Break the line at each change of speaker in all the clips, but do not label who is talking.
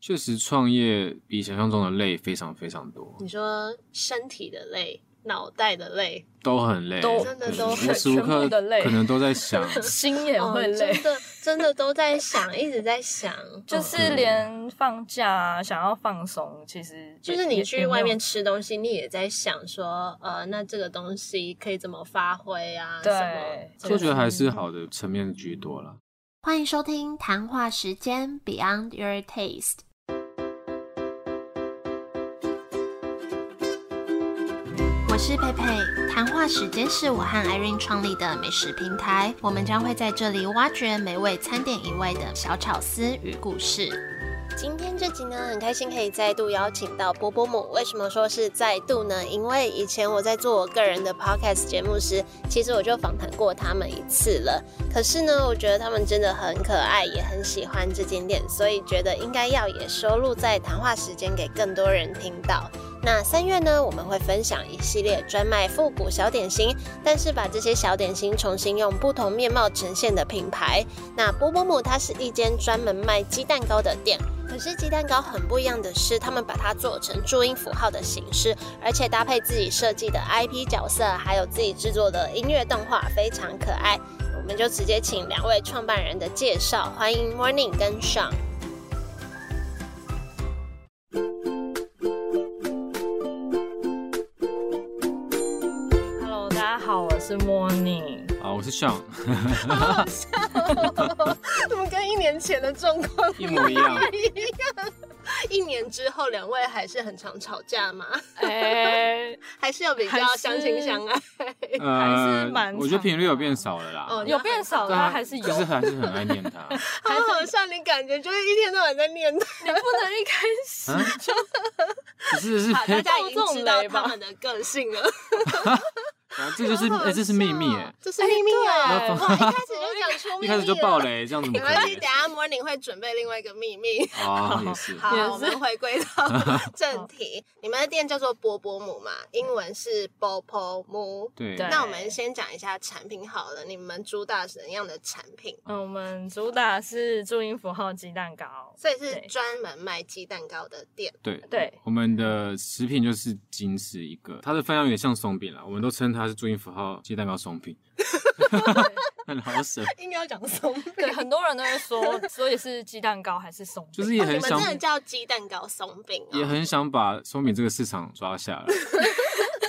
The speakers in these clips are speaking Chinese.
确实创业比想象中的累非常非常多，
你说身体的累、脑袋的累，
都很累，
都
真的
对
都
无
很
时无
全部
刻
的累
可能都在 想，
心也会
哦、
累。
真的真的都在想，一直在想， 嗯
就是连放假、啊、想要放松，其实
就是
也
你
也
去
没
外
有
面吃东西，你也在想说，呃，那这个东西可以怎么发挥啊？
对
什么
就
就觉得还是好的层面居多啦。
欢迎收听谈话时间 Beyond Your Taste。我是佩佩，谈话时间是我和 Irene 创立的美食平台，我们将会在这里挖掘美味餐点以外的小巧思与故事。
今天这集呢，很开心可以再度邀请到波波姆。为什么说是再度呢？因为以前我在做我个人的 podcast 节目时，其实我就访谈过他们一次了。可是呢，我觉得他们真的很可爱，也很喜欢这间店，所以觉得应该要也收录在谈话时间给更多人听到。那三月呢，我们会分享一系列专卖复古小点心，但是把这些小点心重新用不同面貌呈现的品牌。那波波姆它是一间专门卖鸡蛋糕的店，可是鸡蛋糕很不一样的是，他们把它做成注音符号的形式，而且搭配自己设计的 IP 角色，还有自己制作的音乐动画，非常可爱。我们就直接请两位创办人的介绍，欢迎 Morning 跟 Sean。
Hello，大家好，我是 Morning。
啊，我是想
怎么哦跟一年前的状况
一模一 样，
一样？一年之后，两位还是很常吵架吗？
哎、
还是有比较相亲相爱？
还
呃
是蛮，
我觉得频率有变少了啦，
哦
有变少，
但
但还是有，
就是还是很爱念 他。啊
好好像你感觉就是一天到晚在念他，
你不能一开始
啊，可是是，
大家已经知道
雷吧
他们的个性了。
啊 这就是哎，这是秘密哎，
这是秘密啊！
哎对
哇，一开始就讲出秘密，
一开始就爆。雷，这样怎么
没关
可
系，
以
等？一下 Morning 会准备另外一个秘密。
啊，也是，
好，
也是
我们回归 到正题。你们的店叫做波波姆嘛，英文是 Bopo 姆。
对，
对
那我们先讲一下产品好了，你们主打什么样的产品？
嗯，我们主打是注音符号鸡蛋 糕，
所以是
对
专门卖鸡蛋糕的店。
对
对，
我们的食品就是仅此一个，它的分量有点像松饼啦，我们都称它是注音符号鸡蛋糕松 饼，很好省，
应该要讲松饼，
对，很多人都会说，所以是鸡蛋糕还是松饼，哦
就是也
哦你
很
们
想
真，的叫鸡蛋糕松饼
也
哦。
很想把松饼这个市场抓下来，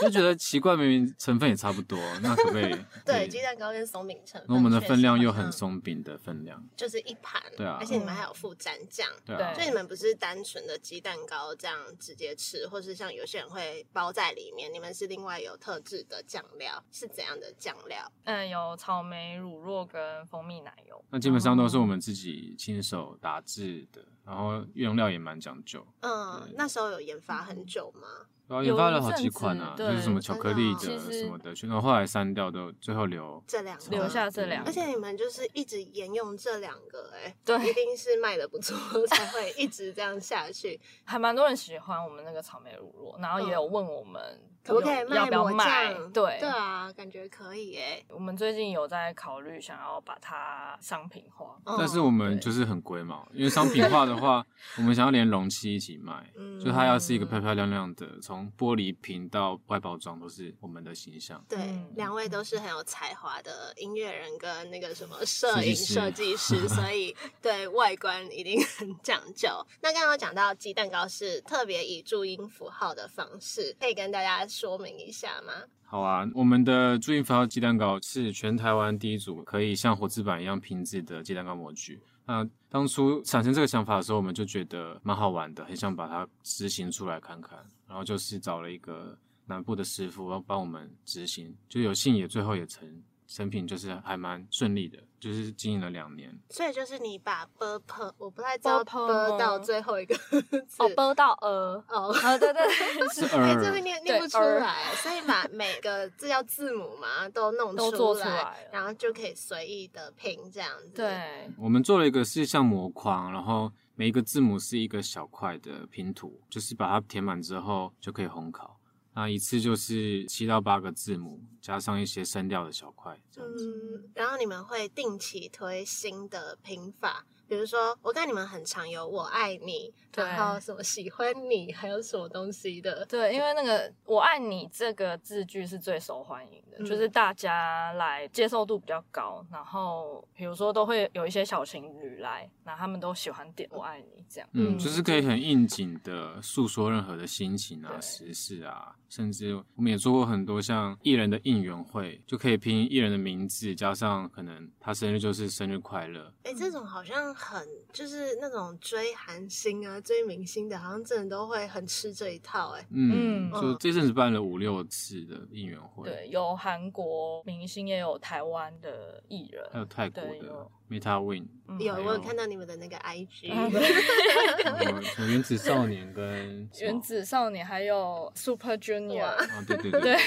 就觉得奇怪，明明成分也差不多，那可不可 以？
对，鸡蛋糕跟松饼成分，
然后我们的
确实
分量又
好
很
像
松饼的分量，
就是一盘，
对啊
而且你们还有附蘸酱，
对啊，
对
所以你们不是单纯的鸡蛋糕这样直接吃，或是像有些人会包在里面，你们是另外有特制的酱料，是怎样的酱料？
嗯，有草莓乳酪跟蜂蜜奶油，
那基本上都是我们自己亲手打制的，然后用料也蛮讲究。
嗯，那时候有研发很久吗？
然后
有
研发了
一
好
阵
几款
子
啊，就
对
是什么巧克力
真
的哦
的
其实
什么的，然后后来删掉都最后留
这两个
留下这两个
而且你们就是一直沿用这两个、哎，
对
一定是卖的不错 才会一直这样下去。
还蛮多人喜欢我们那个草莓乳酪，然后也有问我们
可不可以
有
卖
要不要
抹
卖
酱？，
对
对啊，感觉可以哎、
我们最近有在考虑想要把它商品化，
嗯
但是我们就是很龟毛，因为商品化的 话，我们想要连容器一起卖，
嗯
就它要是一个漂漂亮亮的，从玻璃瓶到外包装都是我们的形象。
对
嗯，
两、位都是很有才华的音乐人跟那个什么摄
计
影
师
设 计师，所以对外观一定很讲究。那刚刚有讲到鸡蛋糕是特别以注音符号的方式，可以跟大家说明一下吗？
好啊，我们的注音符号鸡蛋糕是全台湾第一组可以像活字板一样拼制的鸡蛋糕模具。那当初产生这个想法的时候，我们就觉得蛮好玩的，很想把它执行出来看看。然后就是找了一个南部的师傅要帮我们执行，就有幸也最后也成成品，就是还蛮顺利的，就是经营了两年。
所以就是你把 b p，我不太知道
“p”
b
吗
到最后一个字
哦，剥到 呃，
哦。
啊，对对对，
是
是
哎，
儿
这个念念不
对
出
儿
来，所以把每个字要字母嘛都弄
都做出来了
然后就可以随意的拼这样子。
对，
我们做了一个是像模框，然后每一个字母是一个小块的拼图，就是把它填满之后就可以烘烤。那一次就是七到八个字母，加上一些声调的小块，这样子。
嗯，然后你们会定期推新的拼法，比如说，我看你们很常有“我爱你”，
对
然后什么“喜欢你”，还有什么东西的。
对，因为那个“我爱你”这个字句是最受欢迎的，
嗯
就是大家来接受度比较高。然后比如说都会有一些小情侣来，那他们都喜欢点“我爱你”这样。
嗯，
嗯
就是可以很应景的诉说任何的心情啊、
对
时事啊，甚至我们也做过很多像艺人的应援会，就可以拼艺人的名字，加上可能他生日就是生日快乐。
哎、这种好像很就是那种追韩星啊、追明星的，好像真的都会很吃这一套、哎，
嗯，
嗯
就这阵子办了五六次的应援会，
对，有韩国明星，也有台湾的艺人，
还有泰国
对
的
有
Meta Win，
嗯
有
还
我有
有
看到你们的那个 IG，、
嗯
还有什么原子少年跟什么
原子少年，还有 Super Junior，
啊，对对对，
对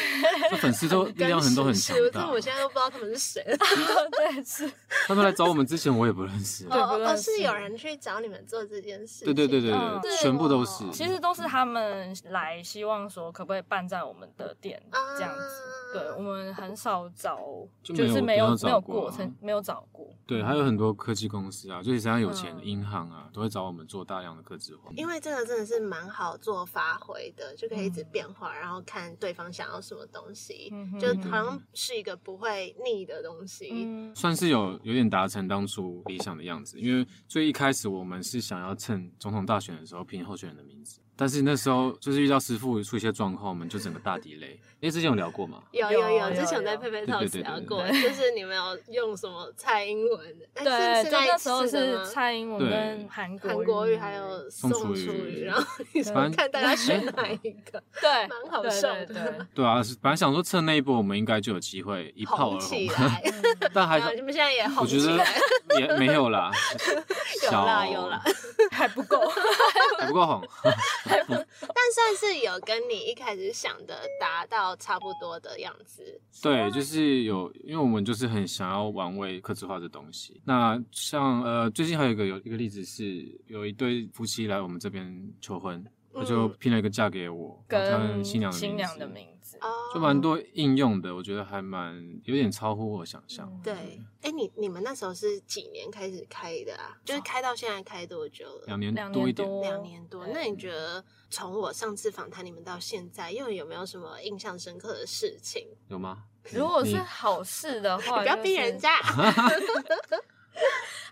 这粉丝 都力量很都很强
是，
大
但。我现在都不知道他们是谁了。
对是，
他们来找我们之前，我也不认识。
对
哦
不
哦，
认
哦
识
是有人去找你们做这件事情。
对对对对
嗯
对，
对
全部都
哦
是。
其实都是他们来希望说可不可以办在我们的店
啊
这样子。对，我们很少找，
就
就
没有
是没
没
有
有找
没有
过啊
过程，没有找过。
对，还有很多科技公司啊，就实际上有钱的
嗯
银行啊，都会找我们做大量的科技化。
因为这个真的是蛮好做发挥的，就可以一直变化，然后看对方想要什么东西，
嗯哼
就好像是一个不会腻的东西。
嗯，
算是有有点达成当初理想的样子，因为最一开始我们是想要趁总统大选的时候拼候选人的名字，但是那时候就是遇到师傅出一些状况，我们就整个大地雷。因为之前有聊过嘛，
有
有
有
有
之前我
有
在佩佩 Talks
对对对
聊
对
过，
对
就是你们有用什么蔡英文的，哎
对，
是
就是
一
那时候
次的
是
吗？
蔡英文
对
跟韩国
韩国瑜还有宋
宋楚
楚
瑜
瑜，然后 你说
反正
看大 家选
哎
哪一个，
对，
蛮好
对
笑
对
的，
对啊，是本来想说趁那一波我们应该就有机会一炮而
红
红
起，来。
对
但 还
然后你们现在也红
我觉
起
得
来，
也没有啦，
有啦
小
有啦，
还 不够。
还不够红。
但算是有跟你一开始想的达到差不多的样子。
啊
对，就是有，因为我们就是很想要玩味客制化的东西。那像呃，最近还有一个有一个例子是，有一对夫妻来我们这边求婚，他就
嗯
拼了一个嫁给我，然后他
跟
们新娘的
新娘
字
的名字，
哦，
就蛮多应用的，我觉得还蛮有点超乎我想象。
嗯
对，哎、你你们那时候是几年开始开的啊？就是开到现在开多久了
两？年
哦两
多一
年
点，
多，
两年多。
对嗯
那你觉得从我上次访谈你们到现在，又有没有什么印象深刻的事情？
有吗？
如果
你
是好事的
你
话，
不要逼人。 家。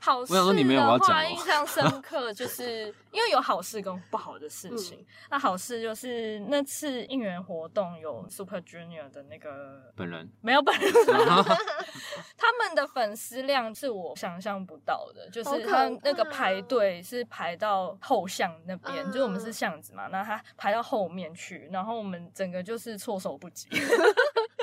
好事
我想说你没有我要
的
讲
话，
哦
印 象深刻，就是因为有好事跟不好的
嗯
事情。那好事就是那次应援活动有 Super Junior 的那个
本人
没有本人，
啊
他们的粉丝量是我想象不到的，就
好可
是
怕哦
他那个排队是排到后巷那边，
嗯
就是我们是巷子嘛，那他排到后面去，然后我们整个就是措手 不及。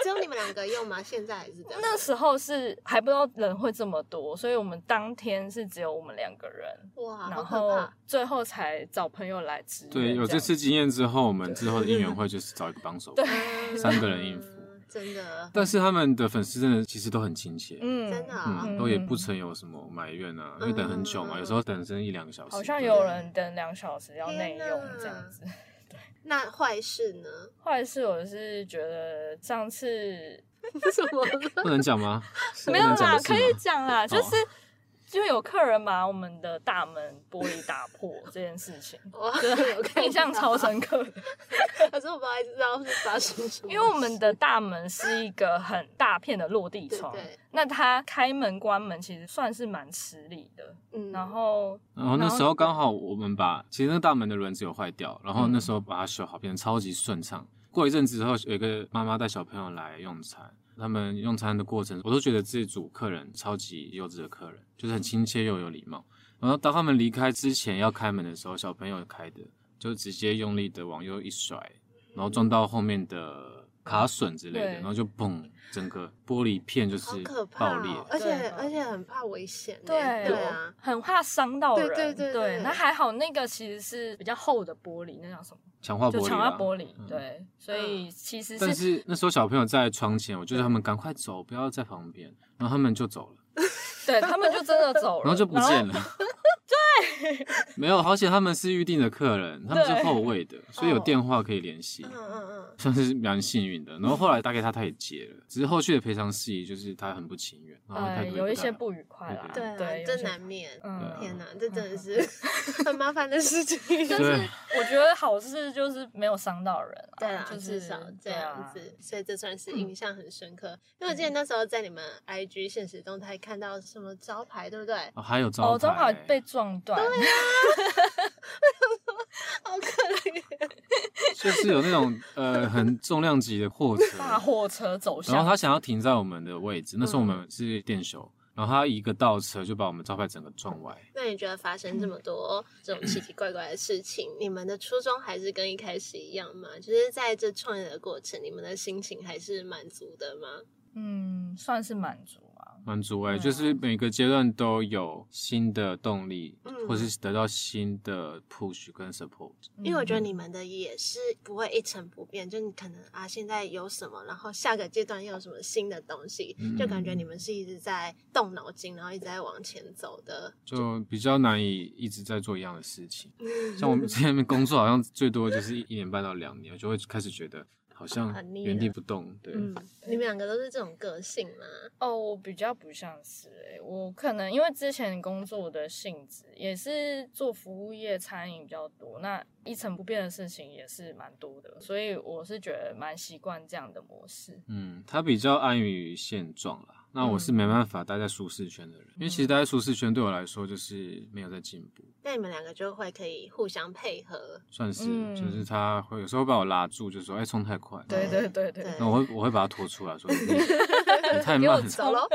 只有你们两个用吗？现在还是这样？
那时候是还不知道人会这么多，所以我们当天是只有我们两个人，
哇，啊好
然
可
后
怕！
最后才找朋友来支援。
对有
样
这次经验之后，我们之后的应 援会就是找一个帮手，
对
嗯
三个人应付，
真的，
但是他们的粉丝真的其实都很亲切，
嗯，
真的啊、
嗯，
嗯
都也不曾有什么埋怨啊，因为等很久嘛，
嗯
有时候等剩一两个小时。
好像有人等两小时要内
天
用
哪
这样子。
那坏事 呢？
坏事我是觉得上次
什么 了？
不能讲 吗？是
没有
不能讲
啦，
的事
可
吗哦
以讲啦，就是。就有客人把我们的大门玻璃打破这件事 情，
我有啊
就是
看
印象
到
超 深刻的。
可是我不太知道是发生什么，
因为我们的大门是一个很大片的落地
对
窗，
对，
那它开门关门其实算是蛮吃力的。
嗯，
然后
然后那时候刚好我们把其实那个大门的轮子有坏掉，然后那时候把它修好，变得超级顺畅。过一阵子之后，有一个妈妈带小朋友来用餐，他们用餐的过程，我都觉得这组客人超级优质的客人，就是很亲切又有礼貌。然后当他们离开之前要开门的时候，小朋友开的就直接用力的往右一甩，然后撞到后面的卡榫之类的，
对
然后就砰，整个玻璃片就
好
是
可怕
爆裂。
哦，而且
对
而且很怕危险耶，
对
对啊，
很怕伤到人，
对对对对
那还好，那个其实是比较厚的玻璃，那叫什么？
强化玻璃、
就
啊，
强化玻璃
嗯。
对，所以其实
但
是
是那时候小朋友在窗前，我就叫他们赶快走，不要在旁边，然后他们就走了，
对他们就真的走了，
然后就不见
然后。
了。没有，而且他们是预定的客人，他们是
对哦
后位的，所以有电话可以联系。
嗯嗯
算是蛮幸运的。然后后来打给他，他也接了，只是后续的赔偿事宜就是他很不情愿，然后态
呃，
度也
有一
大
些不愉快啦，
对
嗯，
对，
对啊，
有
这
些
难免。
嗯
对啊
天哪，这真的是很麻烦的事 情。
但
对
是我觉得好事就是没有伤到人啊，
对啊，
就是
至少这
对啊嗯
样子，所以这算是印象很深刻。因为我记得那时候在你们 IG 现实动态看到什么招牌，对不 对？
哦，还有招牌、
哦，正好被撞断，
啊好可怜，
就是有那种呃很重量级的 货车，
大货嗯车走向，
然后他想要停在我们的位置，那时候我们是电修，然后他一个倒车就把我们招牌整个撞歪。
那你觉得发生这么 多这种奇奇怪怪的事情，你们的初衷还是跟一开始一样吗？就是在这创业的过程，你们的心情还是满足的吗？
嗯，算是满足啊，
满足哎、
对啊
就是每个阶段都有新的动力，
嗯
或是得到新的 push 跟 support。
因为我觉得
嗯
你们的也是不会一成不变，就你可能啊现在有什么，然后下个阶段又有什么新的东西，
嗯
就感觉你们是一直在动脑筋，然后一直在往前走的。
就比较难以一直在做一样的事情。
嗯
像 我们之前工作，好像最多就是一一年半到两年，我就会开始觉得好像
很腻了
原地不动。对，
嗯，你们两个都是这种个性吗？
哦，我比较不像是诶、我可能因为之前工作的性质也是做服务业、餐饮比较多，那一成不变的事情也是蛮多的，所以我是觉得蛮习惯这样的模式。
嗯，他比较安于现状啦。那我是
嗯
没办法待在舒适圈的人，因为其实
嗯
待在舒适圈对我来说就是没有在进步，
那你们两个就会可以互相配合，
算是、
嗯
就是他会有时候会把我拉住，就说哎冲太快，
对对对对
对，
那我会我会把他拖出来 说你你太
给我
慢了，
走 喽。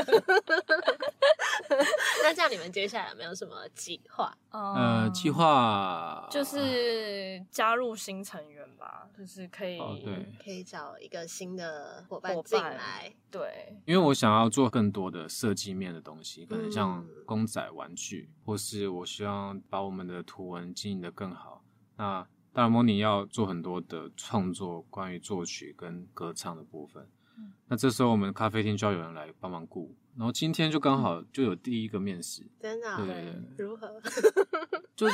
那这样你们接下来有没有什么计划？
呃
嗯
计划
就是加入新成员吧，就是可以、
哦对。
可以找一个新的伙伴
伙伴
进来，
对
因为我想要做更多的设计面的东西，可能像
嗯
公仔、玩具，或是我希望把我们的图文经营的更好。那当然，模拟要做很多的创作，关于作曲跟歌唱的部分。
嗯
那这时候我们咖啡厅就要有人来帮忙顾，然后今天就
嗯
刚好就有第一个面 试，
真的啊、
对对对，
如何？
就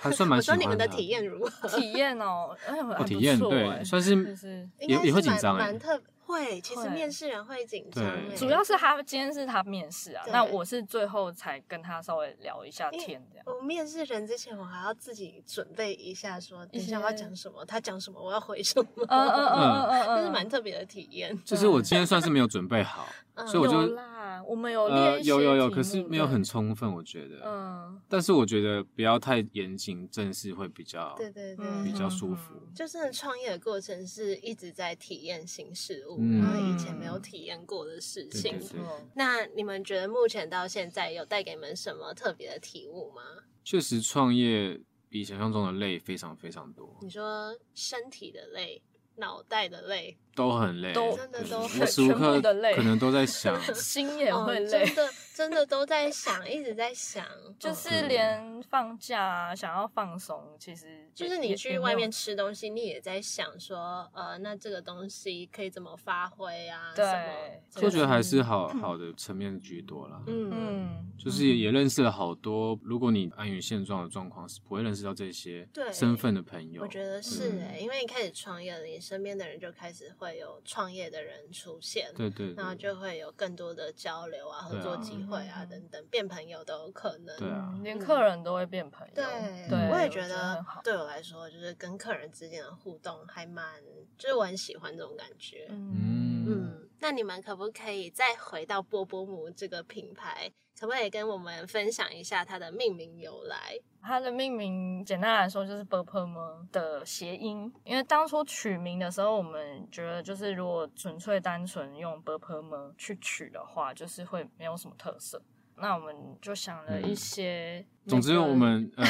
还算蛮
我
喜
说
欢啊
你们的
它
体，验如何？
体验哦，哎呦，还
我
不
体验
错
对，
欸
诶
算
嗯
就是是
也也会紧张
哎，
哎
蛮，特会。其实
会
面试人会紧张、
对
哎
主要是他今天是他面试啊，
对
那我是最后才跟他稍微聊一下
因为
天这样。
我面试人之前，我还要自己准备一下说等一下我要讲什么，他讲什么，我要回什 么，
嗯嗯嗯嗯嗯，
这是蛮特别的体验。
就是我今天算是没有准备好，
嗯
所以我就
有啦，我 们有
呃
练一些
有有有，
题
可是
目
没有
对
很充分，我觉得，
嗯
但是我觉得不要太严谨正式会比较
对对对，
嗯
比较舒服。
就真的创业的过程是一直在体验新事物，
嗯
然后以前没有体验过的事情。
对
没
对
错
那你们觉得目前到现在有带给你们什么特别的体悟吗？
确实创业比想象中的累非常非常多，
你说身体的累，脑袋的累，
都很累，
都
真的
对
都
无
很
时无
全部
刻
的累
可能都在想，
心也会
哦
累
真，的真的都在想，一直在想，
哦
就
嗯
是连放假啊，想要放松，其实
就是你去外 面吃东西，你也在想说，呃，那这个东西可以怎么发挥啊？
对
什么
就
就觉得还是好
嗯
好的层面居多啦。
嗯，
嗯，
就是也也认识了好多，如果你安于现状的状况，是不会认识到这些
对
身份的朋友。
我觉得是
嗯
哎、因为你开始创业了，你身边的人就开始会有创业的人出现，
对对
然后
对，
就会有更多的交流啊、
对
合
啊
作机会啊
嗯
等等，变朋友都有可能。
对啊
嗯连客人都会变朋友，
对
对，
我也
觉
觉
很
得
好，
对我来说，就是跟客人之间的互动还蛮，就是我很喜欢这种感觉。
嗯
嗯，那你们可不可以再回到波波姆这个品牌？可不可以跟我们分享一下它的命名由来？
它的命名简单来说就是 b u r p l e m 的谐音，因为当初取名的时候，我们觉得就是如果纯粹单纯用 b u r p l e m 去取的话，就是会没有什么特色。那我们就想了一些那
总
个、
之我们呃，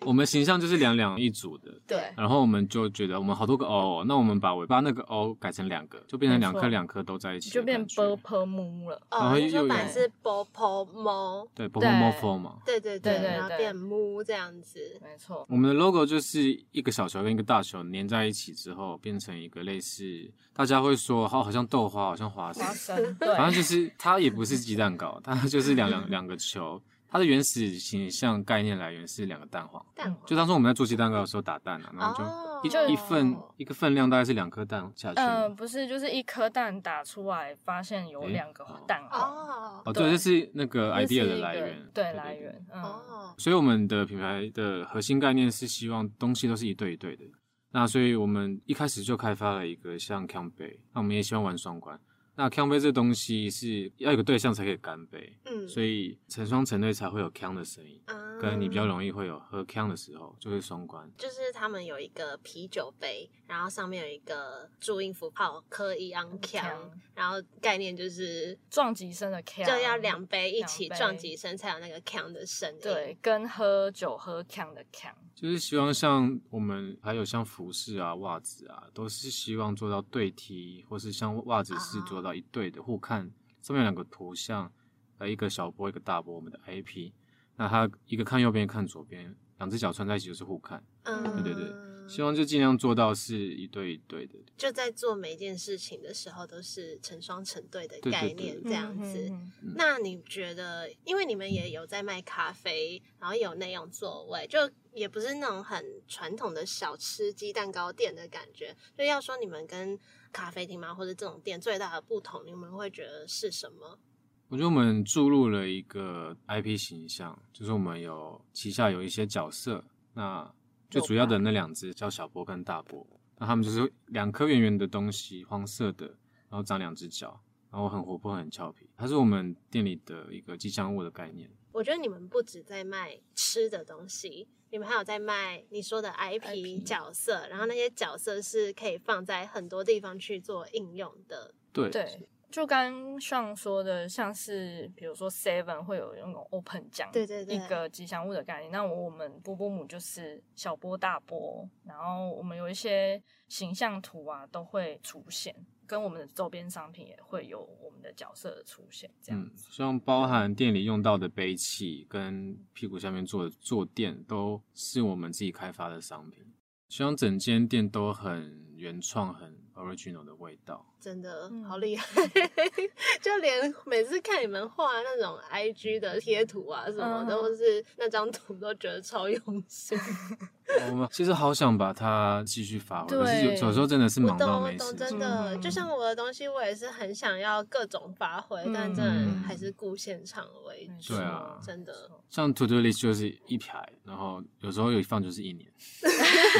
我们形象就是两两一组的，
对
然后我们就觉得我们好多个 O，那我们把尾巴那个 O 改成两个，就变成两
没
颗
错
两颗都在一起的
就变
感
b
觉，
u r p l e m 了。
然
哦，
后
你说
又
本来
有
是波波姆，
对 b o m o f o 嘛。
对对
对对
然后
对
变姆这样子。
没错，
我们的 logo 就是一个小球跟一个大球粘在一起之后，变成一个类似大家会说哦好好像豆花，好像花生
花，生对，
反正就是它也不是鸡蛋糕，它就是两两两个球，它它的原始形象概念来源是两个蛋黄，
蛋黄
就当初我们在做鸡蛋糕的时候打蛋啊，然后
哦
就一、一份一个分量大概是两颗蛋下去。
呃，不是，就是一颗蛋打出来，发现有
诶
两个
哦
蛋黄，
哦
哦，对，
对
这是那个
这是
idea 的
一
来
个
源，
对来。源，嗯，
哦，
所以我们的品牌的核心概念是希望东西都是一对一对的。那所以我们一开始就开发了一个像 c a n 杯，那我们也希望玩双关。那 c a n 杯这东西是要有个对象才可以干杯，
嗯，
所以成双成对才会有 c a n 的声音，
以
嗯
跟你比较容易会有喝 c a n 的时候就会双关。
就是他们有一个啤酒杯，然后上面有一个注音符号科一昂强
强，
然后概念就是
撞击声的 c
就要两杯一起
两杯
撞击声才有那个强的声音。，
对，跟喝酒喝强的强，
就是希望像我们还有像服饰啊、袜子啊，都是希望做到对踢，或是像袜子是做到一对的互看，上面有两个图像，呃，一个小波一个大波，我们的 IP。那它一个看右边，一个看左边，两只脚穿在一起就是互看。
嗯，
对对希望就尽量做到是一对一对的。
就在做每一件事情的时候都是成双成对的
对对
概
对
念，
对
这样子。
嗯哼
嗯
那你觉得，因为你们也有在卖咖啡，然后有那种座位，就也不是那种很传统的小吃鸡蛋糕店的感觉。就要说你们跟咖啡厅嘛，或者这种店最大的不同，你们会觉得是什么？
我觉得我们注入了一个 IP 形象，就是我们有旗下有一些角色，那最主要的那两只叫小波跟大波，那他们就是两颗圆圆的东西，黄色的，然后长两只脚，然后很活泼很俏皮，它是我们店里的一个吉祥物的概念。
我觉得你们不止在卖吃的东西，你们还有在卖你说的 IP
IP
角色，然后那些角色是可以放在很多地方去做应用的。
对，
对，就刚上说的，像是比如说 Seven 会有那种 Open 奖，
对对对
一个吉祥物的概念。那我们波波姆就是小波、大波，然后我们有一些形象图啊都会出现，跟我们的周边商品也会有我们的角色的出现，这样
嗯，
子。
像包含店里用到的杯器跟屁股下面坐的坐垫，都是我们自己开发的商品。希望整间店都很原创、很 original 的味道。
真的
嗯
好厉害， 就连每次看你们画那种 IG 的贴图啊什么的，
嗯
或是那张图，都觉得超用心。
我们其实好想把它继续发挥，
对
可是有有时候真的是
我
忙
懂，
到
我
没时
懂，
间
真。的，
嗯
就像我的东西，我也是很想要各种发挥，
嗯
但真的还是顾现场为
没
主，
错
对啊
真
没
的。
错
像 to do list 就是一排，然后有时候有一放就是一年，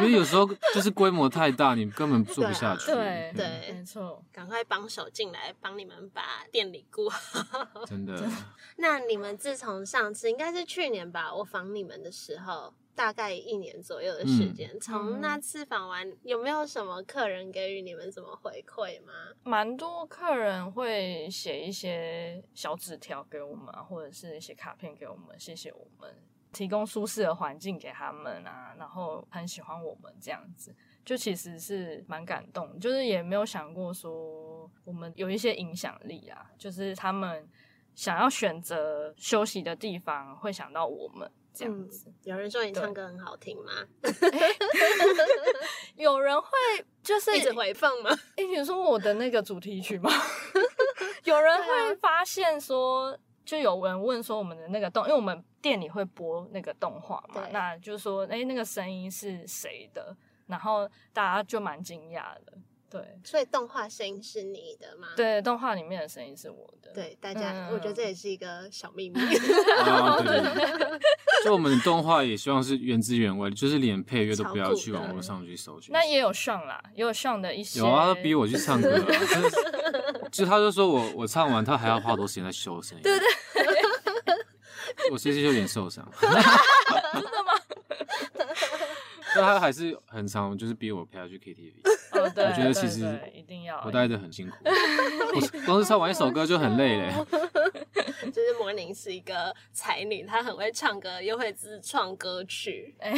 因为有时候就是规模太大，你根本做不下去。嗯
对
啊对
没错。
赶快帮手进来，帮你们把店里顾好。
真的。
那你们自从上次应该是去年吧，我访你们的时候，大概一年左右的
嗯
时间，从、那次访完，有没有什么客人给予你们什么回馈吗？
蛮多客人会写一些小纸条给我们啊，或者是一些卡片给我们，谢谢我们提供舒适的环境给他们啊，然后很喜欢我们这样子，就其实是蛮感动，就是也没有想过说我们有一些影响力啊，就是他们想要选择休息的地方会想到我们这样子。
有人说你
对
唱歌很好听吗？
有人会就是
一直回放吗？
诶，你说我的那个主题曲 吗？有人
啊
会发现说，就有人问说我们的那个动，因为我们店里会播那个动画嘛
对，
那就是说，诶，那个声音是谁的？然后大家就蛮惊讶的，对
所以动画声音是你的吗？
对，动画里面的声音是我的，
对，大家，
嗯
我觉得这也是一个小秘密。
啊，对对对，就我们的动画也希望是原汁原味，就是连配乐都不要去
超酷的
网络上去搜寻。
那也有上啦，也有上的一些，
有啊，他逼我去唱 歌、啊，但是就他就说我我唱完，他还要花很多时间在修声音。对对。我其实有点受 伤。真的吗？ 但他还是很常就是逼我陪他去 KTV，
哦，对，
我觉得
对
其实
对一定要
我待得很 辛苦。我光是唱完一首歌就很累嘞。哦
就是魔宁是一个才女，她很会唱歌，又会自创歌曲，
哎，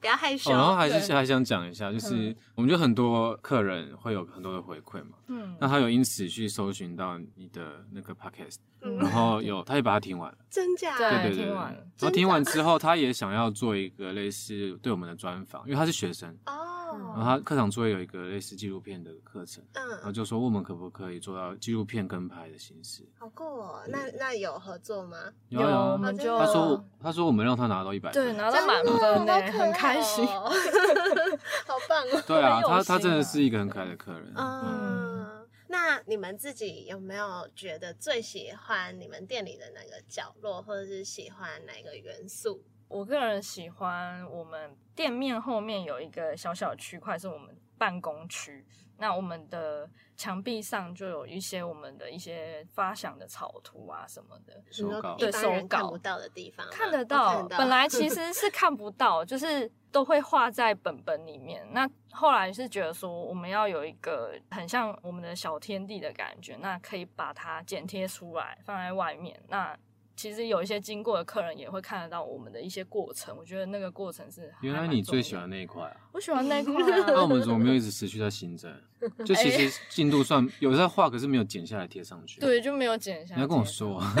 不要害羞。
哦，然后还是
对
还想讲一下，就是我们就很多客人会有很多的回馈嘛，
嗯
那他有因此去搜寻到你的那个 podcast，
嗯
然后有他也把它听完了。
真假？
对
对对对，
哎听
对
完
然后听完之后，他也想要做一个类似对我们的专访，因为他是学生，
哦，
然后他课堂作业有一个类似纪录片的课程，嗯然后
嗯，
就说问我们可不可以做到纪录片跟拍的形式。
好酷哦。那
嗯
那有合作吗？
有啊有
我
啊，
们就
他说我他说我们让他拿到一百
对
分，
拿到满
哦
分呢，很开心。
好哦棒哦。
对啊，
很有
他他
心
真的
啊
是一个很可爱的客人。
嗯，那你们自己有没有觉得最喜欢你们店里的哪个角落，或者是喜欢哪个元素？
我个人喜欢我们店面后面有一个小小的区块是我们办公区，那我们的墙壁上就有一些我们的一些发想的草图啊什么的。
你
手
说
稿
一
对
般人
手
看
稿
不到的地方吗，
看得
哦
到，
看得
本来其实是看不到，就是都会画在本本里面。那后来是觉得说，我们要有一个很像我们的小天地的感觉，那可以把它剪贴出来放在外面。那其实有一些经过的客人也会看得到我们的一些过程，我觉得那个过程是
原
还
来
蛮
你最
重
喜
要
欢哦
的，
那一 块啊？
我喜欢那一块
那
啊、
我们怎么没有一直持续在新增？就
哎
其实进度算有在画，可是没有剪下来贴上去。，
对，就没有剪下。
你要跟我，说啊，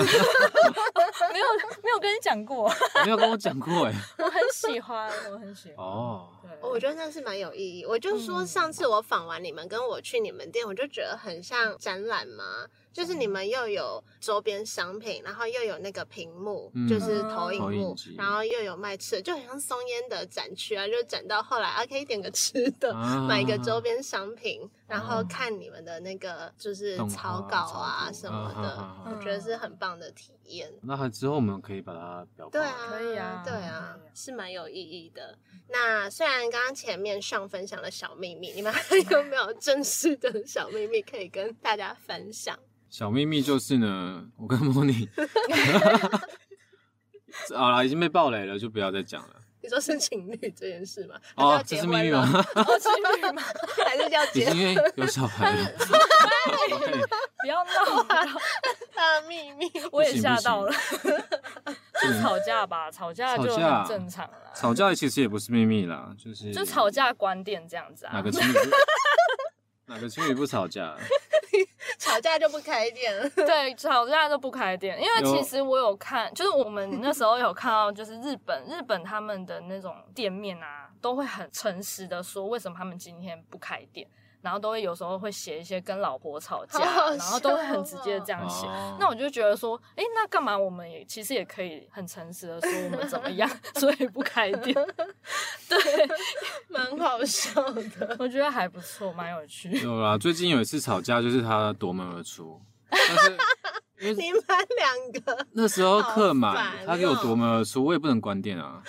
没有没有跟你讲过，
没有跟我讲过哎。
我很喜欢，我很喜欢。
哦，
对，
我觉得那是蛮有意义。我就说
嗯
上次我访完你们，跟我去你们店，我就觉得很像展览嘛，就是
嗯
你们又有周边商品，然后又有那个屏幕，
嗯
就是投影
投影
幕
机，
然后又有卖吃的，就很像松烟的展区啊，就展到后来啊，可以点个吃的。
啊
买个周边商品，然后
哦
看你们的那个就是
动画
草稿
草
啊
图
什么
啊
的嗯
啊，
啊
我觉得是很棒的体验。
那还之后我们可以把它表
对
框
啊，
可以啊
对啊
可以啊，
是蛮有意义的。那虽然刚刚前面上分享了小秘密，你 们还有没有正式的小秘密可以跟大家分享？
小秘密就是呢，我跟莫 妮，好啦，已经被爆雷了，就不要再讲了。
你说是情侣这件事吗？还是要
哦，这
结
是
婚
秘密
了
吗？？
哦，情侣吗？
还是要
已
结
经因为有小孩 了。对
不要闹，不要闹
大秘密？
我也吓到了。
不
就
能
吵架吧，吵架就
吵架
很正常啦。
吵架其实也不是秘密啦，就是
就吵架观点这样子
哪
啊
个，情侣 不哪个情侣不吵架？
吵架就不开店了。
对，吵架就不开店，因为
有
其实我有看，就是我们那时候有看到，就是日本日本他们的那种店面啊，都会很诚实的说为什么他们今天不开店，然后都会有时候会写一些跟老婆吵架，
好好
然后都会
笑
很
哦
直接地这样写。
哦
那我就觉得说，哎、那干嘛我们也其实也可以很诚实的说我们怎么样， 所以不开 店。对，
蛮好笑的。
我觉得还不错，蛮有趣的。
有啦，最近有一次吵架，就是他夺门而出，但是因为
你们两个
那时候客
好
满
烦，哦
他给我夺门而出，我也不能关店啊，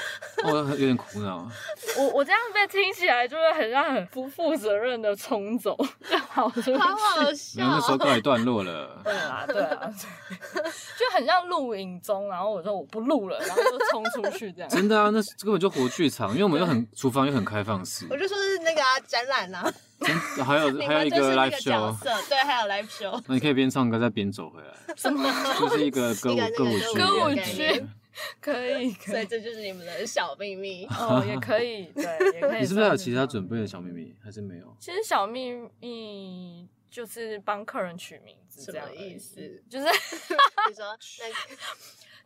我有点苦恼。
我我这样被听起来就会很像很不负责任的冲走，这样好是不
好
是？
好
然后那时候
笑，
告一段落了，
对啦，对啦，对就很像录影中，然后我说我不录了，然后就冲出去这样。
真的啊，那根本就活剧场，因为我们又很厨房又很开放式
我，就说是那个啊展览啊，
真还有
你
还有
们
一
就是那
live
个角
show，
色，对，还有 live show。
那你可以边唱歌再边走回 来，
什么？
就是一个歌舞
一个那个
歌舞
歌舞
剧，
歌舞
剧。
可以，
所
可
以
以。
这就是你们的小 秘密。
哦，也可以，对，也可以。
你是不是还有其他准备的小秘？密？还是没有？
其实小秘密就是帮客人取名字，这样而
什么
已
意思？
就是
你说那个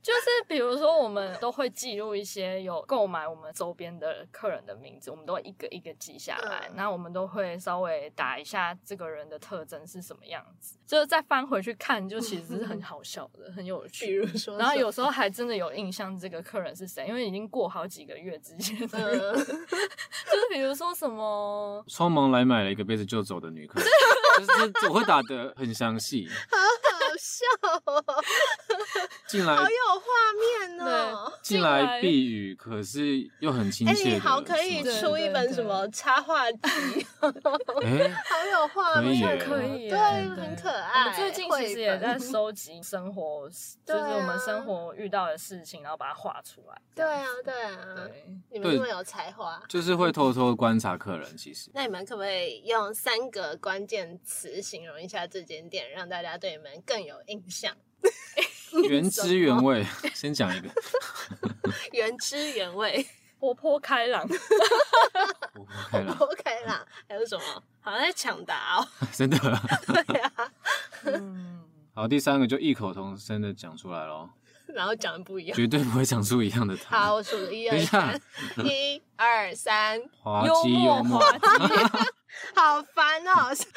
就是比如说，我们都会记录一些有购买我们周边的客人的名字，我们都会一个一个记下来。
嗯
那、我们都会稍微打一下这个人的特征是什么样子，就是再翻回去看，就其实是很好笑的，很有
比
趣。
如说，
然后有时候还真的有印象这个客人是谁，因为已经过好几个月之前的人，
嗯，
就是比如说什么，
匆忙来买了一个杯子就走的女客人， 就是这我会打的很详细。
好笑 哦，
进
好
来
有画面哦。
进来避雨，可是又很亲
哎，
切
你
的什么。
好，可以
对
出一本什么插画集，
哎，
好有画
可以
面哦
耶，
可以耶，
对，很可爱。
我们最近其实也在 收集 生活，就
对
是
啊
我们生活遇到的事情，然后把它画出来。
对啊，对啊，
对，
你们这么有才华。
就是会偷偷观察客人。其实
那你们可不可以用三个关键词形容一下这间店，让大家对你们更有印象？
原汁原味， 先讲一个，
原汁原 味。
活泼开朗，
我不开 了，
OK 啦，还有什么？好像在抢答哦。
真的。
对啊，
嗯，
好，第三个就异口同声的讲出来咯。
然后讲的不一样。
绝对不会讲出一样的汤。
好，我数了一
等
二
一下
三，， 一二三，
滑
幽
稽幽
默
默，
滑稽，
好烦哦！ 下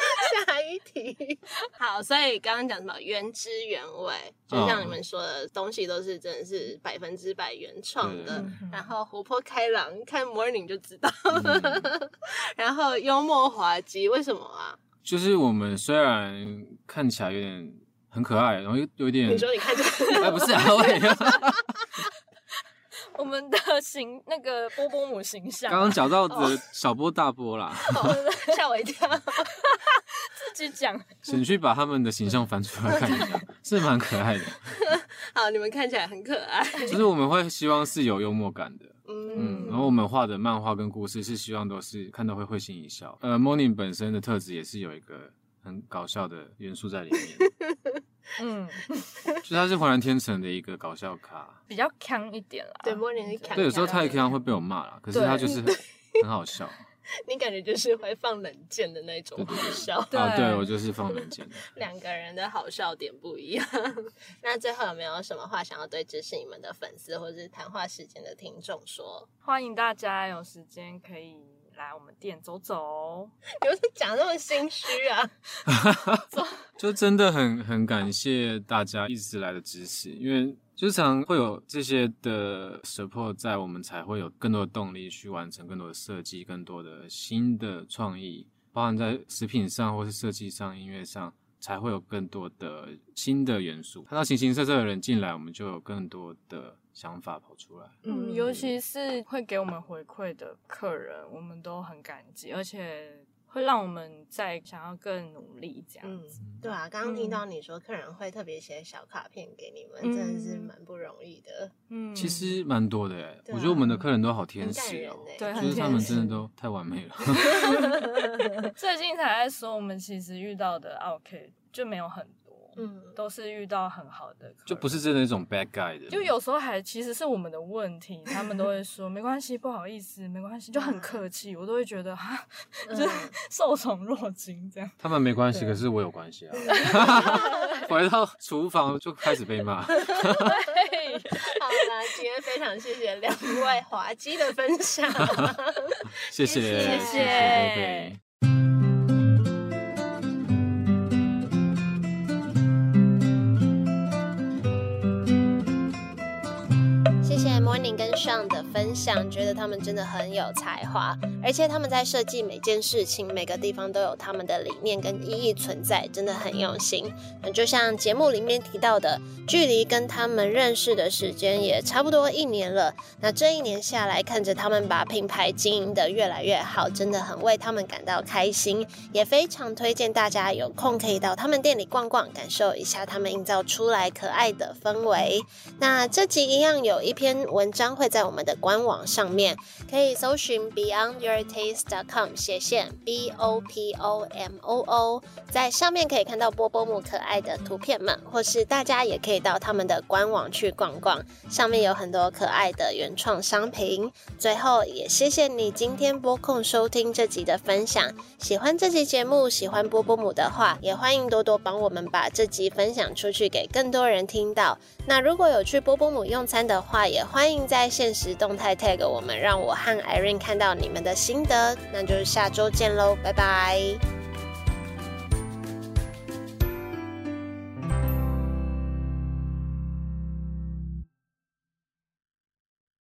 一题。好，所以刚刚讲什么原汁原味，就像你们说的东西都是真的是百分之百原创
对
的，
嗯
然后活泼开朗，看 Morning 就知道。
嗯
然后幽默滑稽，为什么啊？
就是我们虽然看起来有点很可爱，然后又有点
你，说你看这
哎，不是啊，喂，
我们的形那个波波母形象
刚
啊，
刚讲到的小波大波啦，
个 吓我一跳，
自己讲，
请去把他们的形象翻出来看一下，是蛮可爱的。
好，你们看起来很可爱。
就是我们会希望是有幽默感的，嗯，
嗯，
然后我们画的漫画跟故事是希望都是看到会会心一笑。呃，Morning 本身的特质也是有一个很搞笑的元素在里面，
嗯，
就是他是浑然天成的一个搞笑咖。
比较强一点啦。
对，Morning 是看
对，有时候太
看，
康会被我骂啦，可是他就是很很好笑。
你感觉就是会放冷箭的那种好笑。
对
啊，对我就是放冷箭的。
两个人的好笑点不一样。 那最后有没有什么话想要对支持你们的粉丝或是谈话时间的听众说？
欢迎大家有时间可以来我们店走哦走。
你们是讲那么心虚啊？
就真的很很感谢大家一直来的支持，因为就常会有这些的 support 在，我们才会有更多的动力去完成更多的设计，更多的新的创意，包含在食品上或是设计上、音乐上，才会有更多的新的元素。看到形形色色的人进来，我们就有更多的想法跑出来。
嗯，尤其是会给我们回馈的客人，我们都很感激，而且会让我们在想要更努力这样。
嗯，对啊，刚刚听到你说客人会特别写小卡片给你们，
嗯
真的是蛮不容易的，
嗯，
其实蛮多的耶，
对啊
我觉得我们的客人都好
很
天
感
使
人
哦、
哎、
对很
就是他们
天使
真的都太完美了。
最近才在说，我们其实遇到的 OK 就没有很多，
嗯，
都是遇到很好的客人，
就不是真的那种 bad guy 的，
就有时候还其实是我们的问题，他们都会说没关系，不好意思，没关系，就很客气，我都会觉得哈， 就是
嗯
受宠若惊这样。
他们没关系，
对
可是我有关系啊。回到厨房就开始被骂，
对，
好啦，今天非常谢谢两位滑稽的分 享。
谢谢
谢谢
谢谢贝贝。
谢谢 Morning 跟 Sean 的分享，觉得他们真的很有才华，而且他们在设计每件事情、每个地方都有他们的理念跟意义存在，真的很用心。那就像节目里面提到的，距离跟他们认识的时间也差不多一年了。那这一年下来，看着他们把品牌经营的越来越好，真的很为他们感到开心，也非常推荐大家有空可以到他们店里逛逛，感受一下他们营造出来可爱的氛围。那这集一样有一篇文章会在我们的官网上面，可以搜寻 beyondyourtaste.com 斜线 b o p o m o o，在上面可以看到波波姆可爱的图片们，或是大家也可以到他们的官网去逛逛，上面有很多可爱的原创商品。最后也谢谢你今天拨空收听这集的分享，喜欢这期节目，喜欢波波姆的话，也欢迎多多帮我们把这集分享出去，给更多人听到。那如果有去波波姆用餐的话，也欢迎在现实动态 tag 我们，让我和 Irene 看到你们的心得。那就是下周见喽，拜拜。